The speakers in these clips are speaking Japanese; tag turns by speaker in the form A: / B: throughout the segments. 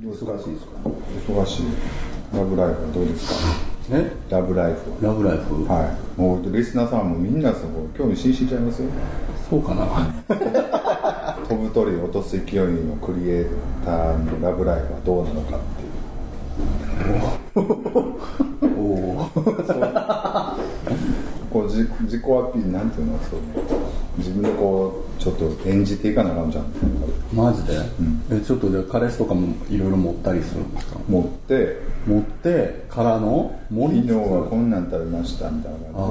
A: 忙しいですか忙しい。ラブライフはどうですか
B: え
A: ラブライフ
B: ラブライフ、
A: は。はい。もう、リスナーさんもみんなそこ、興味津々ちゃいますよ。
B: そうかな
A: 飛ぶ鳥を落とす勢いのクリエイターのラブライフはどうなのかっていう。
B: おお
A: こう、じ自己アピール、なんていうのそうね。自分でこう、ちょっと演じていかなあかんじゃん。
B: マジで、えちょっとじゃあ彼氏とかもいろいろ持ったりするんですか
A: 持って、
B: 持ってからの
A: 昨
B: 盛り
A: 日
B: つつ
A: はこんなん食べましたみたいな感じで
B: あー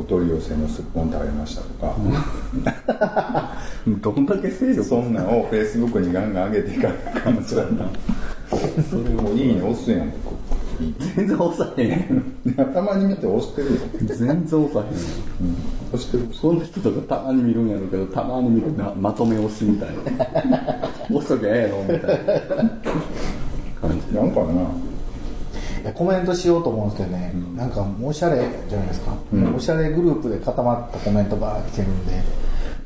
A: お取り寄せのすっぽん食べましたとか、
B: どんだけ勢力
A: そんなんをフェイスブックにガンガン上げていかな感じだなそれもいいね押すやん僕
B: 全然押さへん
A: たまに見て押してるよ、
B: 全然押さへん
A: 押してる押して
B: その人とかたまに見るんやろうけどたまに見るなまとめ押しみたいな 押しときゃええのみたいな感じ
A: るなんかない
C: やコメントしようと思うんですけどね、なんかもうおしゃれじゃないですか、おしゃれグループで固まったコメントばー来てるんで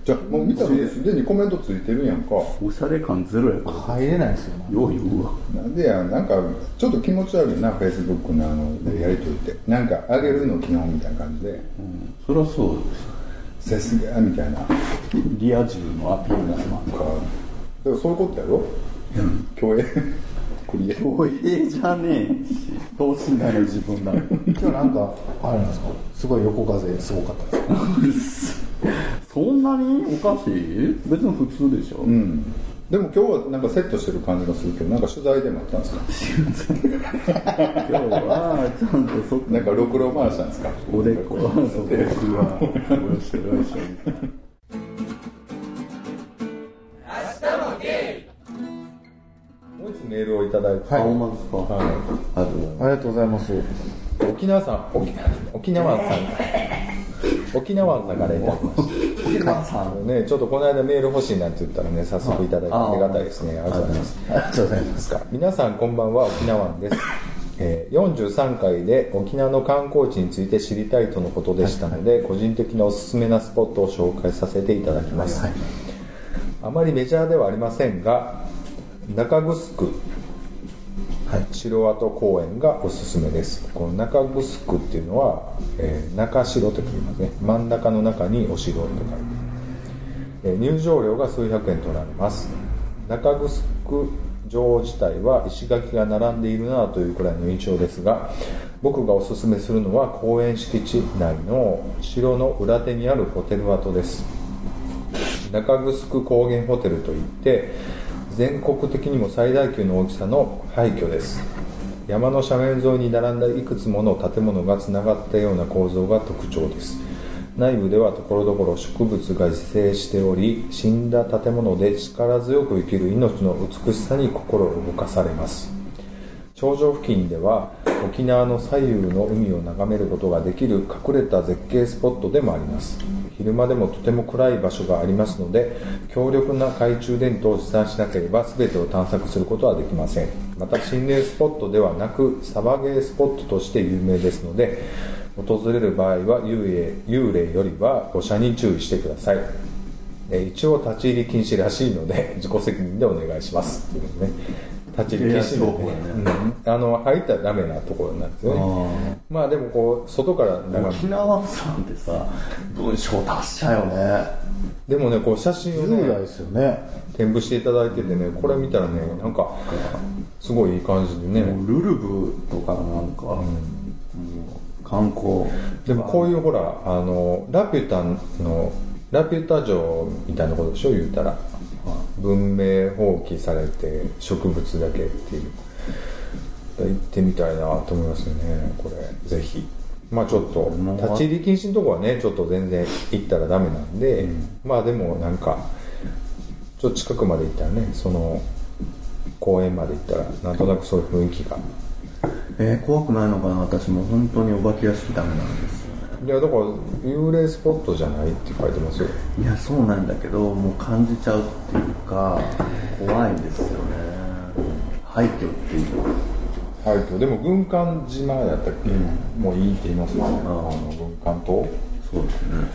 A: じゃあもう見たらすでにコメントついてるやんか
B: おしゃれ感ゼロやから
C: 入れないですよ、
B: よう言うわ
A: なんでやなんかちょっと気持ち悪いなフェイスブックのあのやりとりってなんか上げるの基本みたいな感じで
B: そりゃそう
A: さすがみたいななんか
B: ですリア充のアピールがま
A: だからそういうことやろ共栄クリエイター
B: おえじゃねえし等身大の自 分だ
C: 今日なんかあれなんですかすごい横風すごかったです
B: そんなにおかしい別に普通でしょ、
A: うんでも今日はなんかセットしてる感じがするけどなんか取材でもあったんですか
B: 今日はちゃんとそっ
A: なんかろくろ回したんですか
B: おでこはそこはよしよし
A: もう一つメールをいただいて、
C: はい
B: 青松かありがとうございま
C: ありがとうございます
A: 沖縄さん沖沖縄さん沖縄さんからいただきました沖縄さんねちょっとこの間メール欲しいなって言ったらね早速いただいて
B: あ
A: ありがたいですねありがとうございます
C: ありがとうございます
A: 皆さんこんばんは沖縄です、えー43回で沖縄の観光地について知りたいとのことでしたので個人的なおすすめなスポットを紹介させていただきます、あまりメジャーではありませんが中城区城跡公園がおすすめですこの中城区っていうのは、えー中城と書きますね真ん中の中にお城と書いてえー入場料が数百円となります中城城自体は石垣が並んでいるなというくらいの印象ですが僕がおすすめするのは公園敷地内の城の裏手にあるホテル跡です中城高原ホテルといって全国的にも最大級の大きさの廃墟です山の斜面沿いに並んだいくつもの建物がつながったような構造が特徴です内部ではところどころ植物が自生しており死んだ建物で力強く生きる命の美しさに心を動かされます頂上付近では沖縄の左右の海を眺めることができる隠れた絶景スポットでもあります昼間でもとても暗い場所がありますので強力な懐中電灯を持参しなければ全てを探索することはできませんまた心霊スポットではなくサバゲースポットとして有名ですので訪れる場合は幽霊幽霊よりは誤射に注意してくださいえー一応立ち入り禁止らしいので自己責任でお願いしますっていうことね立ち入り禁止
B: いやそうだね
A: うんあの入ったらダメなところなんですよねまあでもこう外から眺め
B: 沖縄さんってさ文章達者よね
A: でもねこう写真を
C: 10代
A: ね
C: ですよね
A: 展示していただいててねこれ見たらねなんかすごいいい感じでね
B: もうルルブとかなんか、もう観光
A: でもこういうほらあのラピュタのラピュタ城みたいなことでしょ言うたら文明放棄されて植物だけっていう行ってみたいなと思いますよねこれぜひまあちょっと立ち入り禁止のとこはねちょっと全然行ったらダメなんで、まあでもなんかちょっと近くまで行ったらねその公園まで行ったらなんとなくそういう雰囲気が
B: えー怖くないのかな私もう本当にお化け屋敷ダメなんですよね
A: いやだから幽霊スポットじゃないって書いてますよ
B: いやそうなんだけどもう感じちゃうっていうか怖いんですよね廃墟っていう
A: はいとでも軍艦島やったっけ、もういいって言いますよね、あの軍艦島
B: そうですね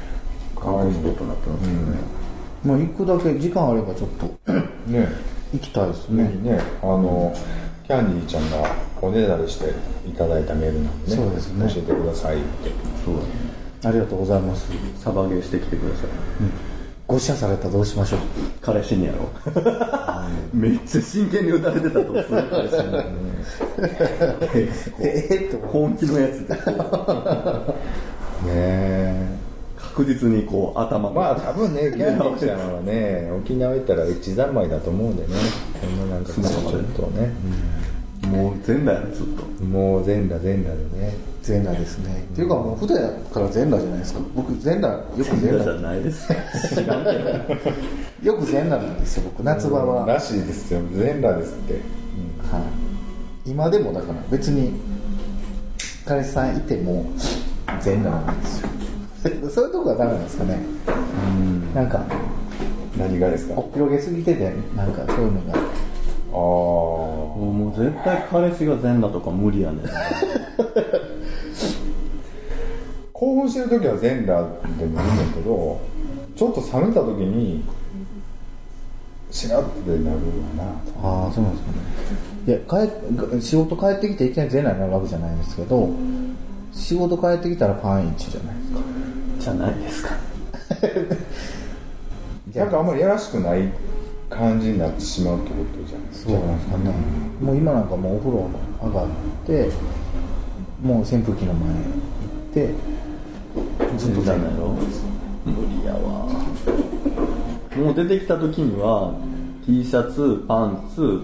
B: 観光スポットになってますよね、
C: もう行くだけ時間あればちょっと
A: ね
C: 行きたいです
A: ぜ
C: ね、
A: ひねあのキャンディーちゃんがおねだりしていただいたメールなんでね
C: そうですね
A: 教えてくださいって
B: そうだね
C: ありがとうございます
B: サバゲーしてきてください
C: ご謝されたらどうしましょう
B: 彼氏にやろう めっちゃ真剣に打たれてたとする彼氏に
C: ええって思う
B: 本気のやつでこう
A: ねえ
B: 確実にこう頭が、
A: まあ多分ねキャンディーちゃんはね沖縄行ったら一三昧だと思うんでねそんななんかこうちょっとね、
B: もう全裸やねずっと
A: もう全裸全裸でね
C: 全裸ですねっていうかもう普段から全裸じゃないですか僕全裸よく全
B: 嫌じゃ
C: 裸
B: ないです知らんけど
C: よく全裸なんですよ僕夏場は、
A: らしいですよ全裸ですって、
C: はい、今でもだから別に彼氏さんいても全裸なんですよ そういうとこがダメなんですかねなんか
A: 何がですか
C: おっ広げすぎててなんかそういうのが
A: ああ
B: もう絶対彼氏が全裸とか無理やねん
A: 興奮してる時は全裸でもいいんだけどちょっと冷めた時にしなってなるわな
C: ああそうなんですかねいや帰っ仕事帰ってきていきなり全裸になるわけじゃないんですけど仕事帰ってきたらパンイチじゃないですか
B: じゃないですか
A: なんかあんまりやらしくない感じになってしまうってことじゃないです
C: そうなんですかねもう今なんかもうお風呂上がってもう扇風機の前に行ってずっと
B: 全
C: じゃ
B: 裸
C: な
B: ないやろ無理やわもう出てきた時には T シャツパンツ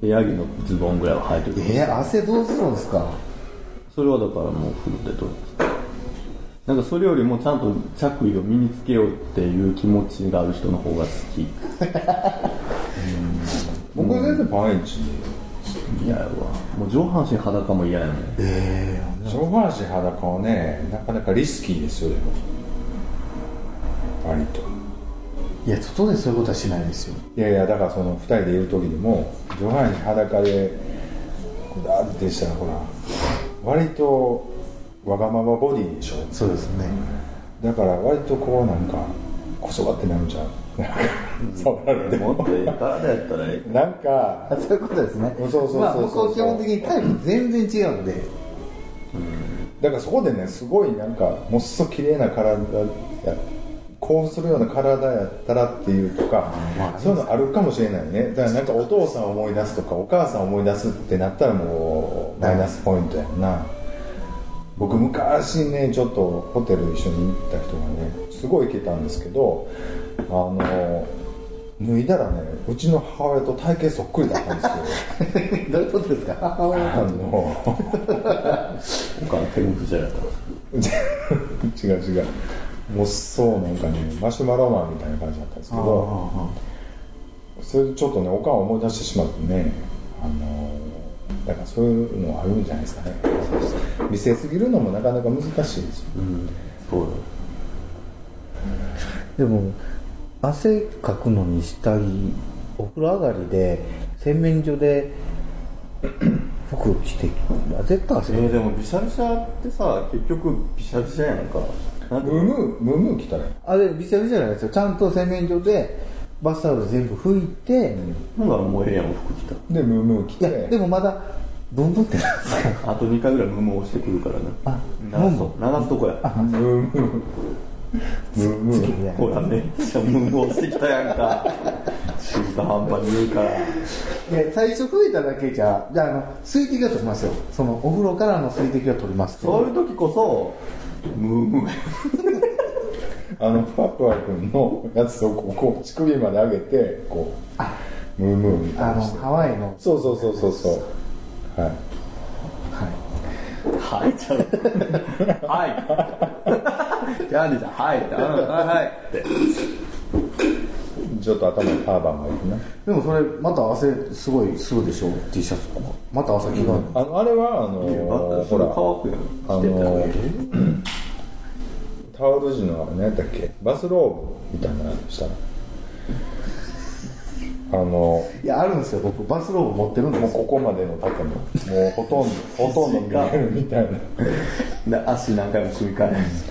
B: 部屋着のズボンぐらいは履いてください
C: えー、汗どうするんですか
B: それはだからもう風呂で撮るんですなんかそれよりもちゃんと着衣を身につけようっていう気持ちがある人の方が好き
A: 僕は全然パンイチ
B: 嫌やわもう上半身裸も嫌やねん
A: 上半身裸はねなかなかリスキーですよでも割と
C: いや外でそういうことはしないですよ
A: いやいやだからその2人でいる時でも上半身裸でこうだーってしたらほら割とわがままボディでしょ
C: そうですね
A: だから割とこうなんかこそばってなるんじゃうなんかそうなるで
B: もっ
A: も
B: とええ体やったらええ
A: なんか
C: あそういうことですね
A: そうそうそうそう
C: まあ僕は基本的にタイプ全然違うんで
A: だからそこでねすごいなんかもっそ綺麗な体や興奮するような体やったらっていうとか、そういうのあるかもしれないねだからなんかお父さんを思い出すとかお母さんを思い出すってなったらもうマイナスポイントやんな僕昔ねちょっとホテル一緒に行った人がねすごい行けたんですけどあの脱いだらねうちの母親と体型そっくりだったん ですよ
C: どういうことですか母親
A: あの
B: 他の手も不自由やったら
A: 違う違うもうそうなんかねマシュマロマンみたいな感じだったんですけどそれでちょっとねおかんを思い出してしまってねあのーだからそういうのあるんじゃないですかね見せすぎるのもなかなか難しいですよ
B: うんそうよ
C: でも汗かくのに下着お風呂上がりで洗面所で服着て絶対
B: え
C: 汗
B: ー、でもびしゃびしゃってさ結局びしゃびしゃやんかなんか
A: ムムームームー来たら
C: あれびしゃびしゃじゃないですよちゃんと洗面所でバスタオルで全部拭いて、
B: ほんならもうええやん服着た
A: でムームー来
C: いやで
A: て
C: もまだブンブンってなんですか
B: らあと2回ぐらいムームー押してくるからね
C: あ
B: 流すと流すとこや
A: ムームームーム
C: 次
A: ー
C: みたい
B: ほらめっちゃムームー押してきたやんか中途半端に言うから
C: ないや最初拭いただけじゃじゃああの水滴を取りますよそのお風呂からの水滴を取ります
B: そういう時こそムームー
A: あのパプア君のやつをこうこう乳首まで上げてこうムームーみた
C: あ
A: いに
C: の
A: して
C: ハワイの
A: そうそうそうそうそうはい
C: はい
B: はいちゃうはい キャンディーさんはいってうんはいはいって
A: ちょっと頭にターバンがいるな
C: でもそれまた汗すごい吸うでしょ T シャツとかまた汗着替える
A: あのあれはあの
B: いやまた
A: ほ
B: それ
A: ら
B: 乾くやん
A: あ
B: してたら
A: の
B: ええ
A: タオル地の何やったっけバスローブみたいなのしたらあのも
C: いやあるんですよ僕バスローブ持ってるん
A: う
C: ですよ
A: ここまでの丈ももうほとんどほとんど見えるみたいな
B: な足何回も繰り返す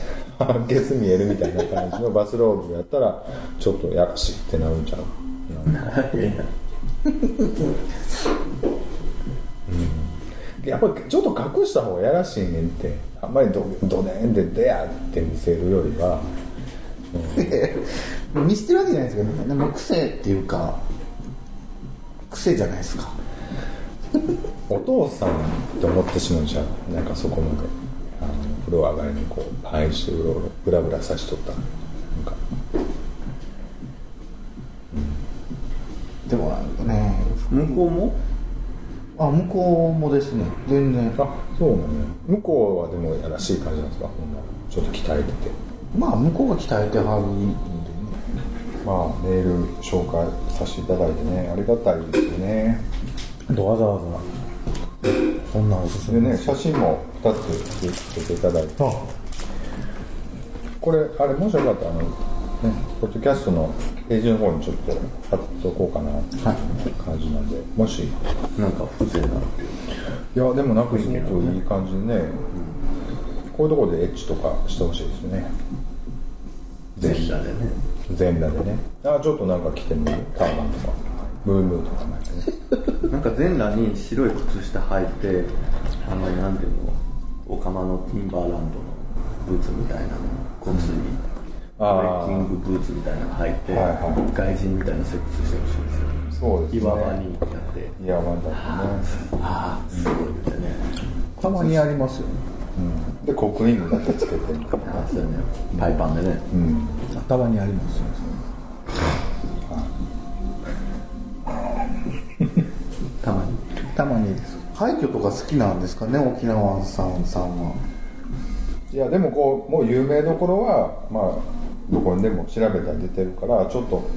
A: ゲス見えるみたいな感じのバスローブやったらちょっとやらしいってなるんちゃうやっぱりちょっと隠した方がやらしいねんってあんまりドドデンでデヤって見せるよりは
C: 見捨てるわけじゃないですけどねでも癖っていうか癖じゃないですか
A: お父さんって思ってしまうじゃんなんかそこまであの風呂上がりにこうパンしてうろうろブラブラさしとったなんか
C: でもね
B: 向こうも
C: あ向こうもですね全然
A: あそうなの、ね、向こうはでもやらしい感じなんですかほんならちょっと鍛えてて
C: まあ向こうが鍛えてはるんでね
A: まあメール紹介させていただいてねありがたいですよね
D: わざわざこんなんおすす
A: で
D: めで
A: ね
D: す
A: 写真も2つつけていただいて
D: あ
A: これあれもしよかったらあのねポッドキャストのページの方にちょっと貼っとこうかなっていう感じなんで、もしい
B: なんか風情な
A: やでもなんかすごくいい感じでね、こういうところでエッチとかしてほしいですね
B: 全裸でね
A: 全裸でねあちょっとなんか着てみるターバンとかムームーとかなんかね
B: なんか全裸に白い靴下履いてあのなんていうのオカマのティンバーランドのブーツみたいなのごついトレ
A: あー
B: ッキングブーツみたいなの履いて、
A: はいは
B: 外人みたいなセックスしてほしいんですよ
A: そうですね
B: 岩場に行って
A: 岩場だってね
B: ああすごいみたいなね
C: たまにありますよね
A: で刻印もだけつけて
B: ああそうよねパイパンでね、
A: うん
C: たまにありますよ
B: たまに
C: たまにです廃墟とか好きなんですかね沖縄さんさんはい
A: やでもこうもう有名どころはまあどこにでも調べたら出てるからちょっと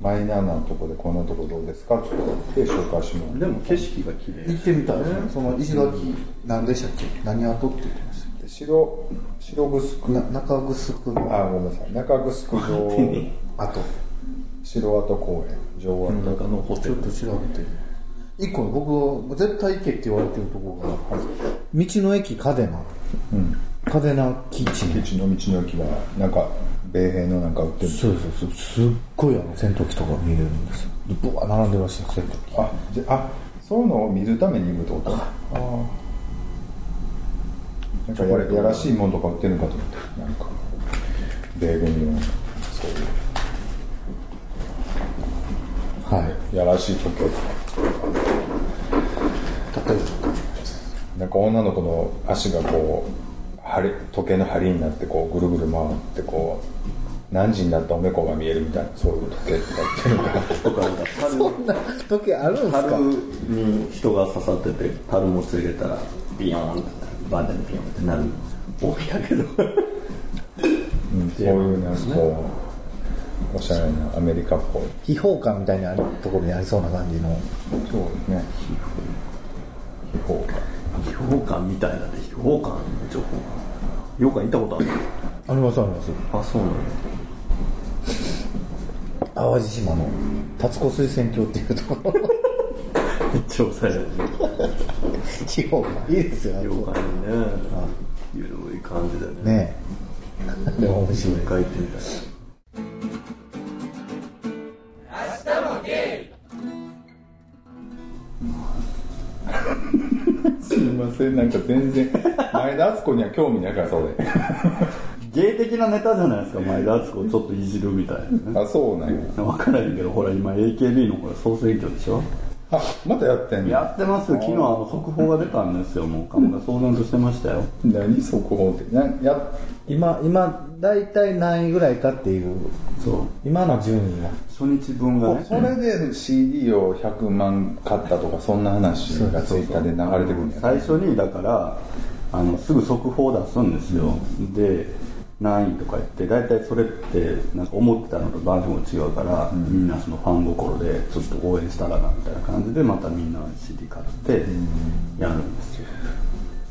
A: マイナーなとこでこんなとこどうですかって言って紹介してもら
B: でも景色が綺
C: 行
B: 麗
C: ってみたいですねその石垣何でしたっけ何跡って言ってまし
A: って白白グス
C: た
A: ク
C: な中城の
A: あごめんなさい中グスク城
C: 跡
A: 白跡公園城跡、
B: なんかのホテ
C: ちょっ
B: ル
C: と調べて一個僕絶対行けって言われてるところが道の駅カデナ
A: うん
C: カデナキッチン
A: 道の道の駅はなんか米兵のなんか売ってる
D: そうそうそうすっごいあの戦闘機とか見れるんですよでブワー並んでましたよ戦闘機
A: あじゃあそういうのを見るために行くってことああなんかやらやらしいもんとか売ってるのかと思ってなんか米軍のそういう
D: はい
A: やらしい時計とか
C: 例えば
A: なんか女の子の足がこう針時計の針になってこうぐるぐる回ってこう何時になったおめこが見えるみたいなそういう時計とかっていう のが
B: とかなんか樽
C: 時計あるんです
B: 樽
C: か
B: に人が刺さってて樽もつ入れたらビヨーンってなるバンダにビヨーンってなる大きやけど
A: うんそういうなんかこうおしゃれなアメリカっぽい
C: 秘宝館みたいにあるところにありそうな感じの
A: そうですね秘宝か
B: 秘宝館みたいなね秘宝館の情報秘宝館行ったことある
D: ありますあります
B: あそうなんだ
D: 淡路島の
C: 達子水仙橋っていうとこ ろ
B: めっちゃ抑えられる
C: 秘宝館いいですよ
B: 秘宝館にねゆるい感じだよ ね
C: ねえ でも面白い
B: 一回行ってみたい
A: すいませんなんか全然 前田敦子には興味ないからそれ
B: 芸的なネタじゃないですか前田敦子をちょっといじるみたいなね
A: あそうなんや
B: 分からへんけどほら今 AKB のほら総選挙でしょ
A: あまたやってんの
B: やってますよ昨日あの速報が出たんですよもう鴨が騒然としてましたよ
A: 何速報ってなや
D: 今今大体何位ぐらいかっていう
B: そう
D: 今の順位が
B: 初日分がね
A: それで CD を100万買ったとかそんな話がツイッターで流れてくるんや
B: 最初にだからあのすぐ速報出すんですよ、で何位とか言って大体それってなんか思ってたのと番組も違うから、みんなそのファン心でちょっと応援したらなみたいな感じでまたみんな CD 買ってやるんですよ、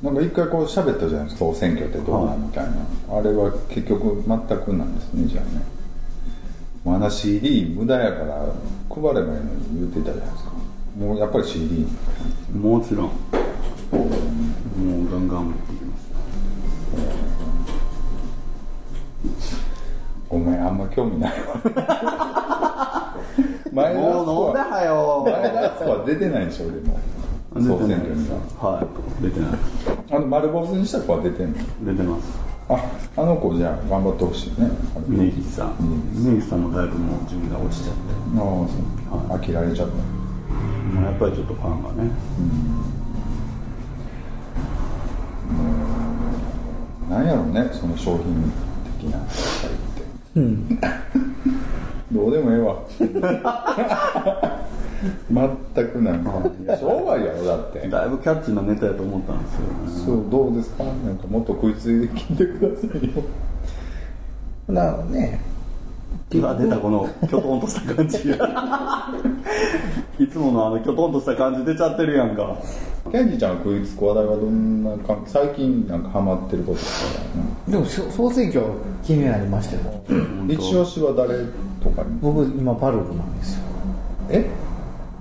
A: なんか一回こう喋ったじゃないですか総選挙ってどうなんみたいなあれは結局全くなんですねじゃあねまだ CD 無駄やから配ればいいのに言ってたじゃないですかもうやっぱり CD
B: もちろんもうガンガン持ってきますよ
A: ごめんあんま興味ないわ 前田敦子
B: もう飲んだ
A: は
B: はよ
A: 前田敦子は出てないでしょでも総選挙には
B: はい出てない
A: あの丸坊主にした子は出てんの
B: 出てます
A: ああの子じゃあ頑張ってほしいねあれ
B: 峯岸さん峯岸さんのライブも順位が落ちちゃって
A: ああそう飽きられちゃった
B: まあやっぱりちょっとファンがね
A: なんやろうねその商品的な世界ってうんどうでもええ わ全くなんかいや商売やろだって
B: だいぶキャッチーなネタやと思ったんですよね
A: そうどうですかなんかもっと食いついで聞いてくださいよ
E: なのね
B: 今出たこのきょとんとした感じ いつものあのきょとんとした感じ出ちゃってるやんか
A: ケンジちゃんは食いつく話題はどんな関係最近なんかハマってることとか、
C: でもしょ総選挙気になりましたよ
A: 一押しは誰とかに
C: 僕今パルルなんですよ
A: え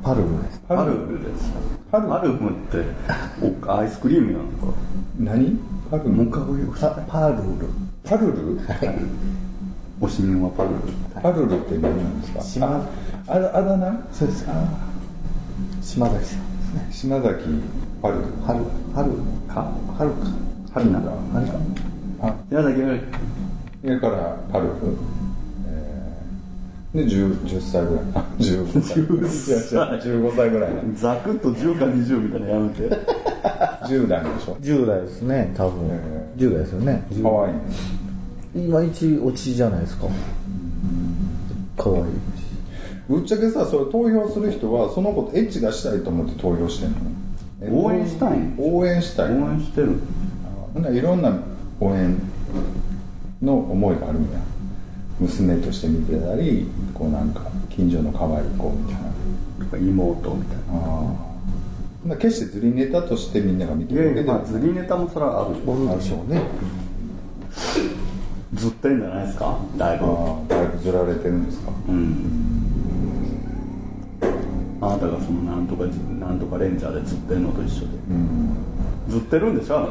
C: パルルです
B: ハルムです
A: ハルム
B: ハルムっておアイスクリームやんか
A: 何パル
B: も
A: ム
B: う一回言う
C: パパルル
A: パルル、
B: おしみはパルル
A: パルルって何なんですか
C: 島
A: ああだあだ名
C: そうですあー島崎さん
A: 島崎パルル
C: 春春
B: か
C: 春か
B: ハルナだ
C: あれか
B: やだけど
A: それからパルル、えー、で 10, 10歳ぐらいあ15歳違う違う15歳ぐらいな
B: ざくっと10か20みたいなのやめて
A: 10代でしょ
C: 10代ですね多分
A: え
C: 10代ですよね
A: 可愛いね
C: 今一落ちじゃないですか可愛い
A: ぶっちゃけさそれ投票する人はそのことエッチがしたいと思って投票してんのえ
B: 応援したいん
A: 応援したい
B: 応援してる
A: ほんならいろんな応援の思いがあるんや娘として見てたりこうなんか近所の可愛い子みたいな
B: とか妹みたい
A: ああ
B: な
A: ほんなら決してずりネタとしてみんなが見て
B: い
A: る
B: や
A: わ
B: い
A: け
B: や、
A: で
B: ま
A: は
B: あ、釣りネタもそれはあるよ
C: おるでしょうね
B: ずっとんじゃないですかだいぶ
A: ああだいぶずられてるんですか
B: うんあなたがそのなんとかじなんとかレンジャーで釣ってんのと一緒で釣ってるんでしょあな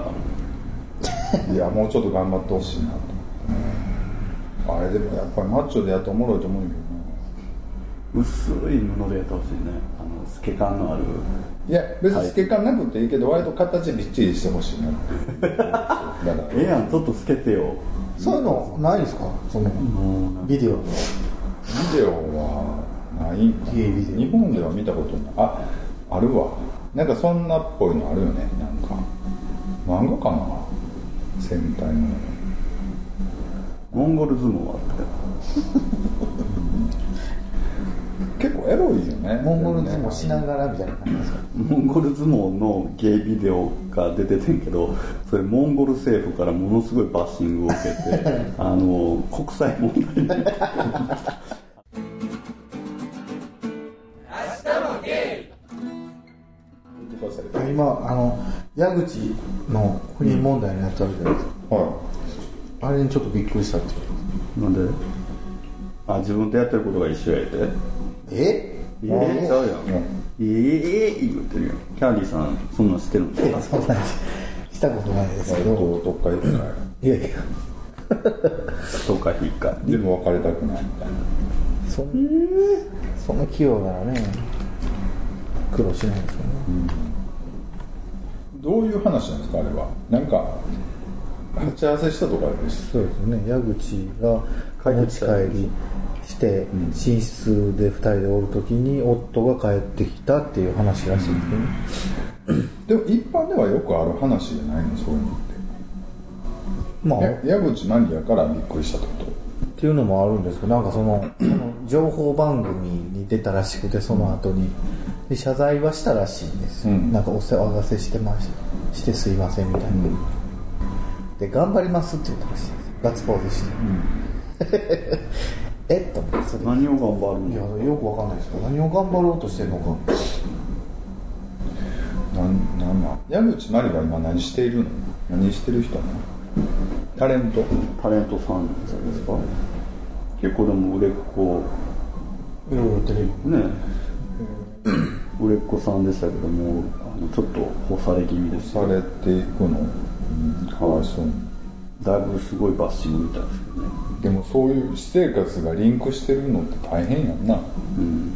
B: たも
A: いやもうちょっと頑張ってほしいなと思ってあれでもやっぱりマッチョでやっておもろいと思うんだけどね
B: 薄い布でやってほしいねあの透け感のある
A: いや別に透け感なくていいけど、割と形びっちりしてほしいなっていうだから
B: ええやんちょっと透けてよ
C: そういうのないですかその
B: もうなんか
C: ビデオの
A: ビデオはないんかない
C: いビデオ
A: 日本では見たことないああるわなんかそんなっぽいのあるよねなんか漫画かな戦隊の
B: モンゴル相撲はあって
A: 結構エロいよね
C: モンゴル相撲しながらみたいな感じですか
B: モンゴル相撲のゲイビデオが出ててんけどそれモンゴル政府からものすごいバッシングを受けて あの国際問題に
C: 今あの矢口の不倫問題になってるじゃないですか、
A: は
C: あれにちょっとびっくりしたっていう
B: なんであ自分とやってることが一緒やで
C: え
B: ええちゃうやん
A: い、
B: ええ言うてるやんキャンディーさんそんなんしてるんですか
C: えそんなにしたことないですけ
A: 割
C: ど
A: とどっか行くない
C: いやいや
B: とか引っか
A: でも別れたくないみたいな
C: そんその器用ならね苦労しないですよね
A: どういう話なんですかあれはなんか鉢合わせしたとかです
C: そうですね矢口がお持ち帰りして寝室で2人でおる時に夫が帰ってきたっていう話らしいんですね、
A: でも一般ではよくある話じゃないのそういうのって
C: まあ
A: や矢口マニアからびっくりしたってこ
C: っていうのもあるんですけどなんかそのその情報番組に出たらしくてその後にで謝罪はしたらしいんですよ、
A: うん
C: なんかお世話がせしてまししてすいませんみたいな、で頑張りますって言ったらしいんですガッツポーズして、 えっと思ってそれ
B: 何を頑張るん
C: い
B: や
C: やよくわかんないですよ何を頑張ろうとしてるのか
A: となんなんなん矢口マリは今何しているの何してる人なのタレント
B: タレントさんじゃないですか結構でも売れっ子
C: いろいろテレビ
B: ね売れっ子さんでしたけどもあのちょっと干され気味です
A: されていくのうんかわいそうに
B: だいぶすごいバッシングみたいですけどね
A: でもそういう私生活がリンクしてるのって大変やんな
B: うん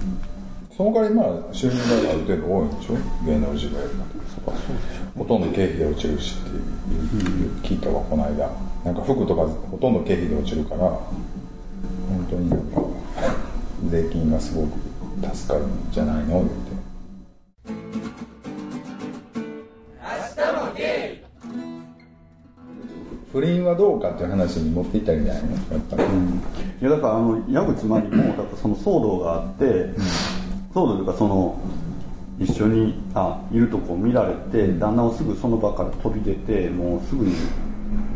A: その代わりまあ収入がある程度多いんでしょ芸能人がやるのそかそうでしょほとんど経費で落ちるしっていう聞いたわこの間なんか服とかほとんど経費で落ちるから本当になんか税金がすごく助かるんじゃないのって不倫はどうかっていう話に持っていったらいいんじゃないのやっぱり、
B: いやだからあの矢口真 里もだからその騒動があって騒動というかその一緒にあいるとこを見られて旦那をすぐその場から飛び出てもうすぐに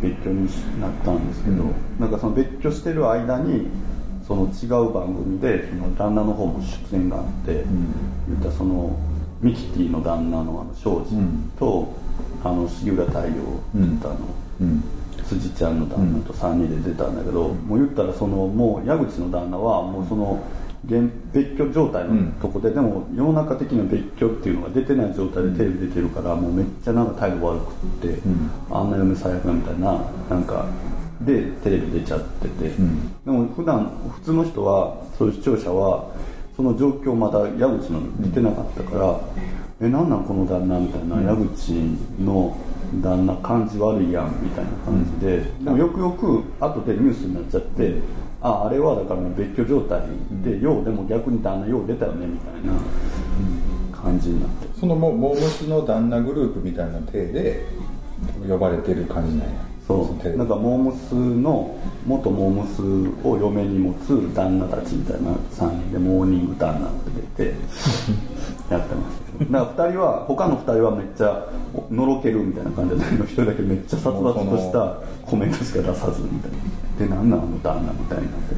B: 別居になったんですけど、
A: うん
B: なんかその別居してる間にその違う番組でその旦那の方も出演があって、言ったらそのミキティの旦那のあの庄司
A: うん
B: と、あの杉浦太陽
A: うん
B: とあの、
A: うん
B: 辻ちゃんの旦那と3人で出たんだけど、もう言ったらそのもう矢口の旦那はもうその現別居状態のとこで、でも世の中的には別居っていうのが出てない状態でテレビ出てるから、もうめっちゃなんか態度悪くって、
A: ん
B: あんな嫁最悪やみたいななんかでテレビ出ちゃってて、
A: ん
B: でも普段普通の人はそういう視聴者はその状況まだ矢口の見てなかったから、えなんなんこの旦那みたいな、矢口の旦那感じ悪いやんみたいな感じで、でもよくよく後でニュースになっちゃって、ああれはだからもう別居状態で、ようでも逆に旦那よう出たよねみたいな感じになって
A: そのもうモームスの旦那グループみたいな体で呼ばれてる感じなんや
B: そうなんかモームスの元モームスを嫁に持つ旦那たちみたいな3人でモーニング旦那って 出てやってましたけどだから2人は他の2人はめっちゃのろけるみたいな感じで1人だけめっちゃ殺伐としたコメントしか出さずみたいなでなんなんあの旦那みたいになって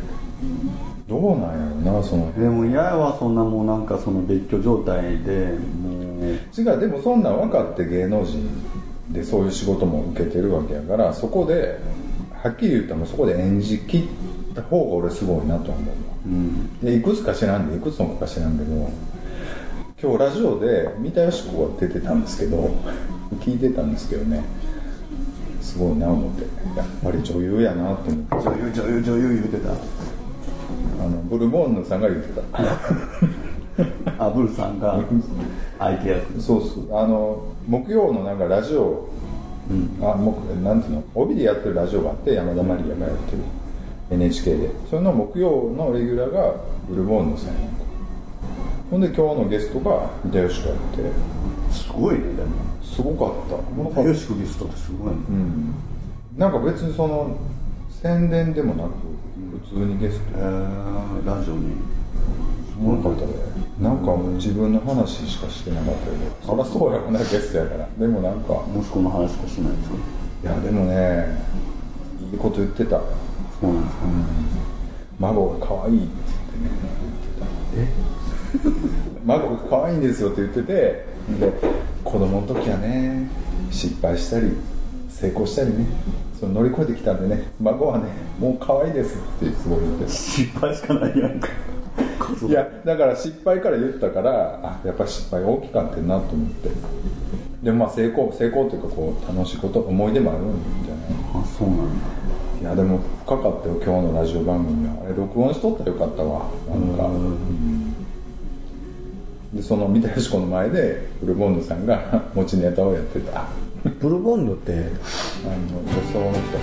A: どうなんやろなその
B: でも嫌やわそんなもうなんかその別居状態でもう
A: 違うでもそんなん分かって芸能人でそういう仕事も受けてるわけやからそこではっきり言ったらもうそこで演じきった方が俺すごいなと思うわ
B: うん
A: でいくつか知らんでいくつもか知らんけど今日ラジオで三田佳子が出てたんですけど聞いてたんですけどねすごいな思ってやっぱり女優やなと思って
B: 女優女優女優言うて
A: あのブルボンヌさんが言ってた
B: たあブルさん が相手役
A: そうそうあの木曜のなんかラジオ、あもなんていうの帯でやってるラジオがあって山田まりやがやってる NHK でそれの木曜のレギュラーがブルボンヌさんやんかほんで今日のゲストが三田佳子やって
B: すごいねでも
A: すごかったなんか
B: よしくリストってすごいね、
A: うんなんか別にその宣伝でもなく普通にゲスト
B: えー、ラジオに
A: もなかったねなんかもう自分の話しかしてなかったけどそりゃそうやろなゲストやからでもなんか
B: 息子の話しかしないんですか
A: いやでもねいいこと言ってた
B: そうなんですか、
A: 孫が可愛いって言ってね言ってたえ孫が可愛いんですよって言っててで子供の時はね失敗したり成功したりねその乗り越えてきたんでね孫はねもう可愛いですってすごい言ってた
B: 失敗しかないやんか家族
A: いやだから失敗から言ったからあやっぱり失敗大きかったなと思ってでもまあ成功成功というかこう楽しいこと思い出もあるんじゃない
B: あそうなんだ
A: いやでも深かったよ今日のラジオ番組はあれ録音しとったらよかったわなんかでその三田佳子の前でフルボンヌさんが持ちネタをやってたあ
D: ブルボンドって
A: の女装の人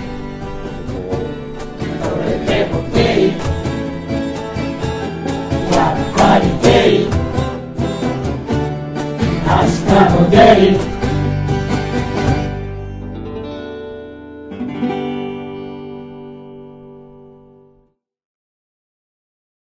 F: やっぱりゲイ明日もゲイ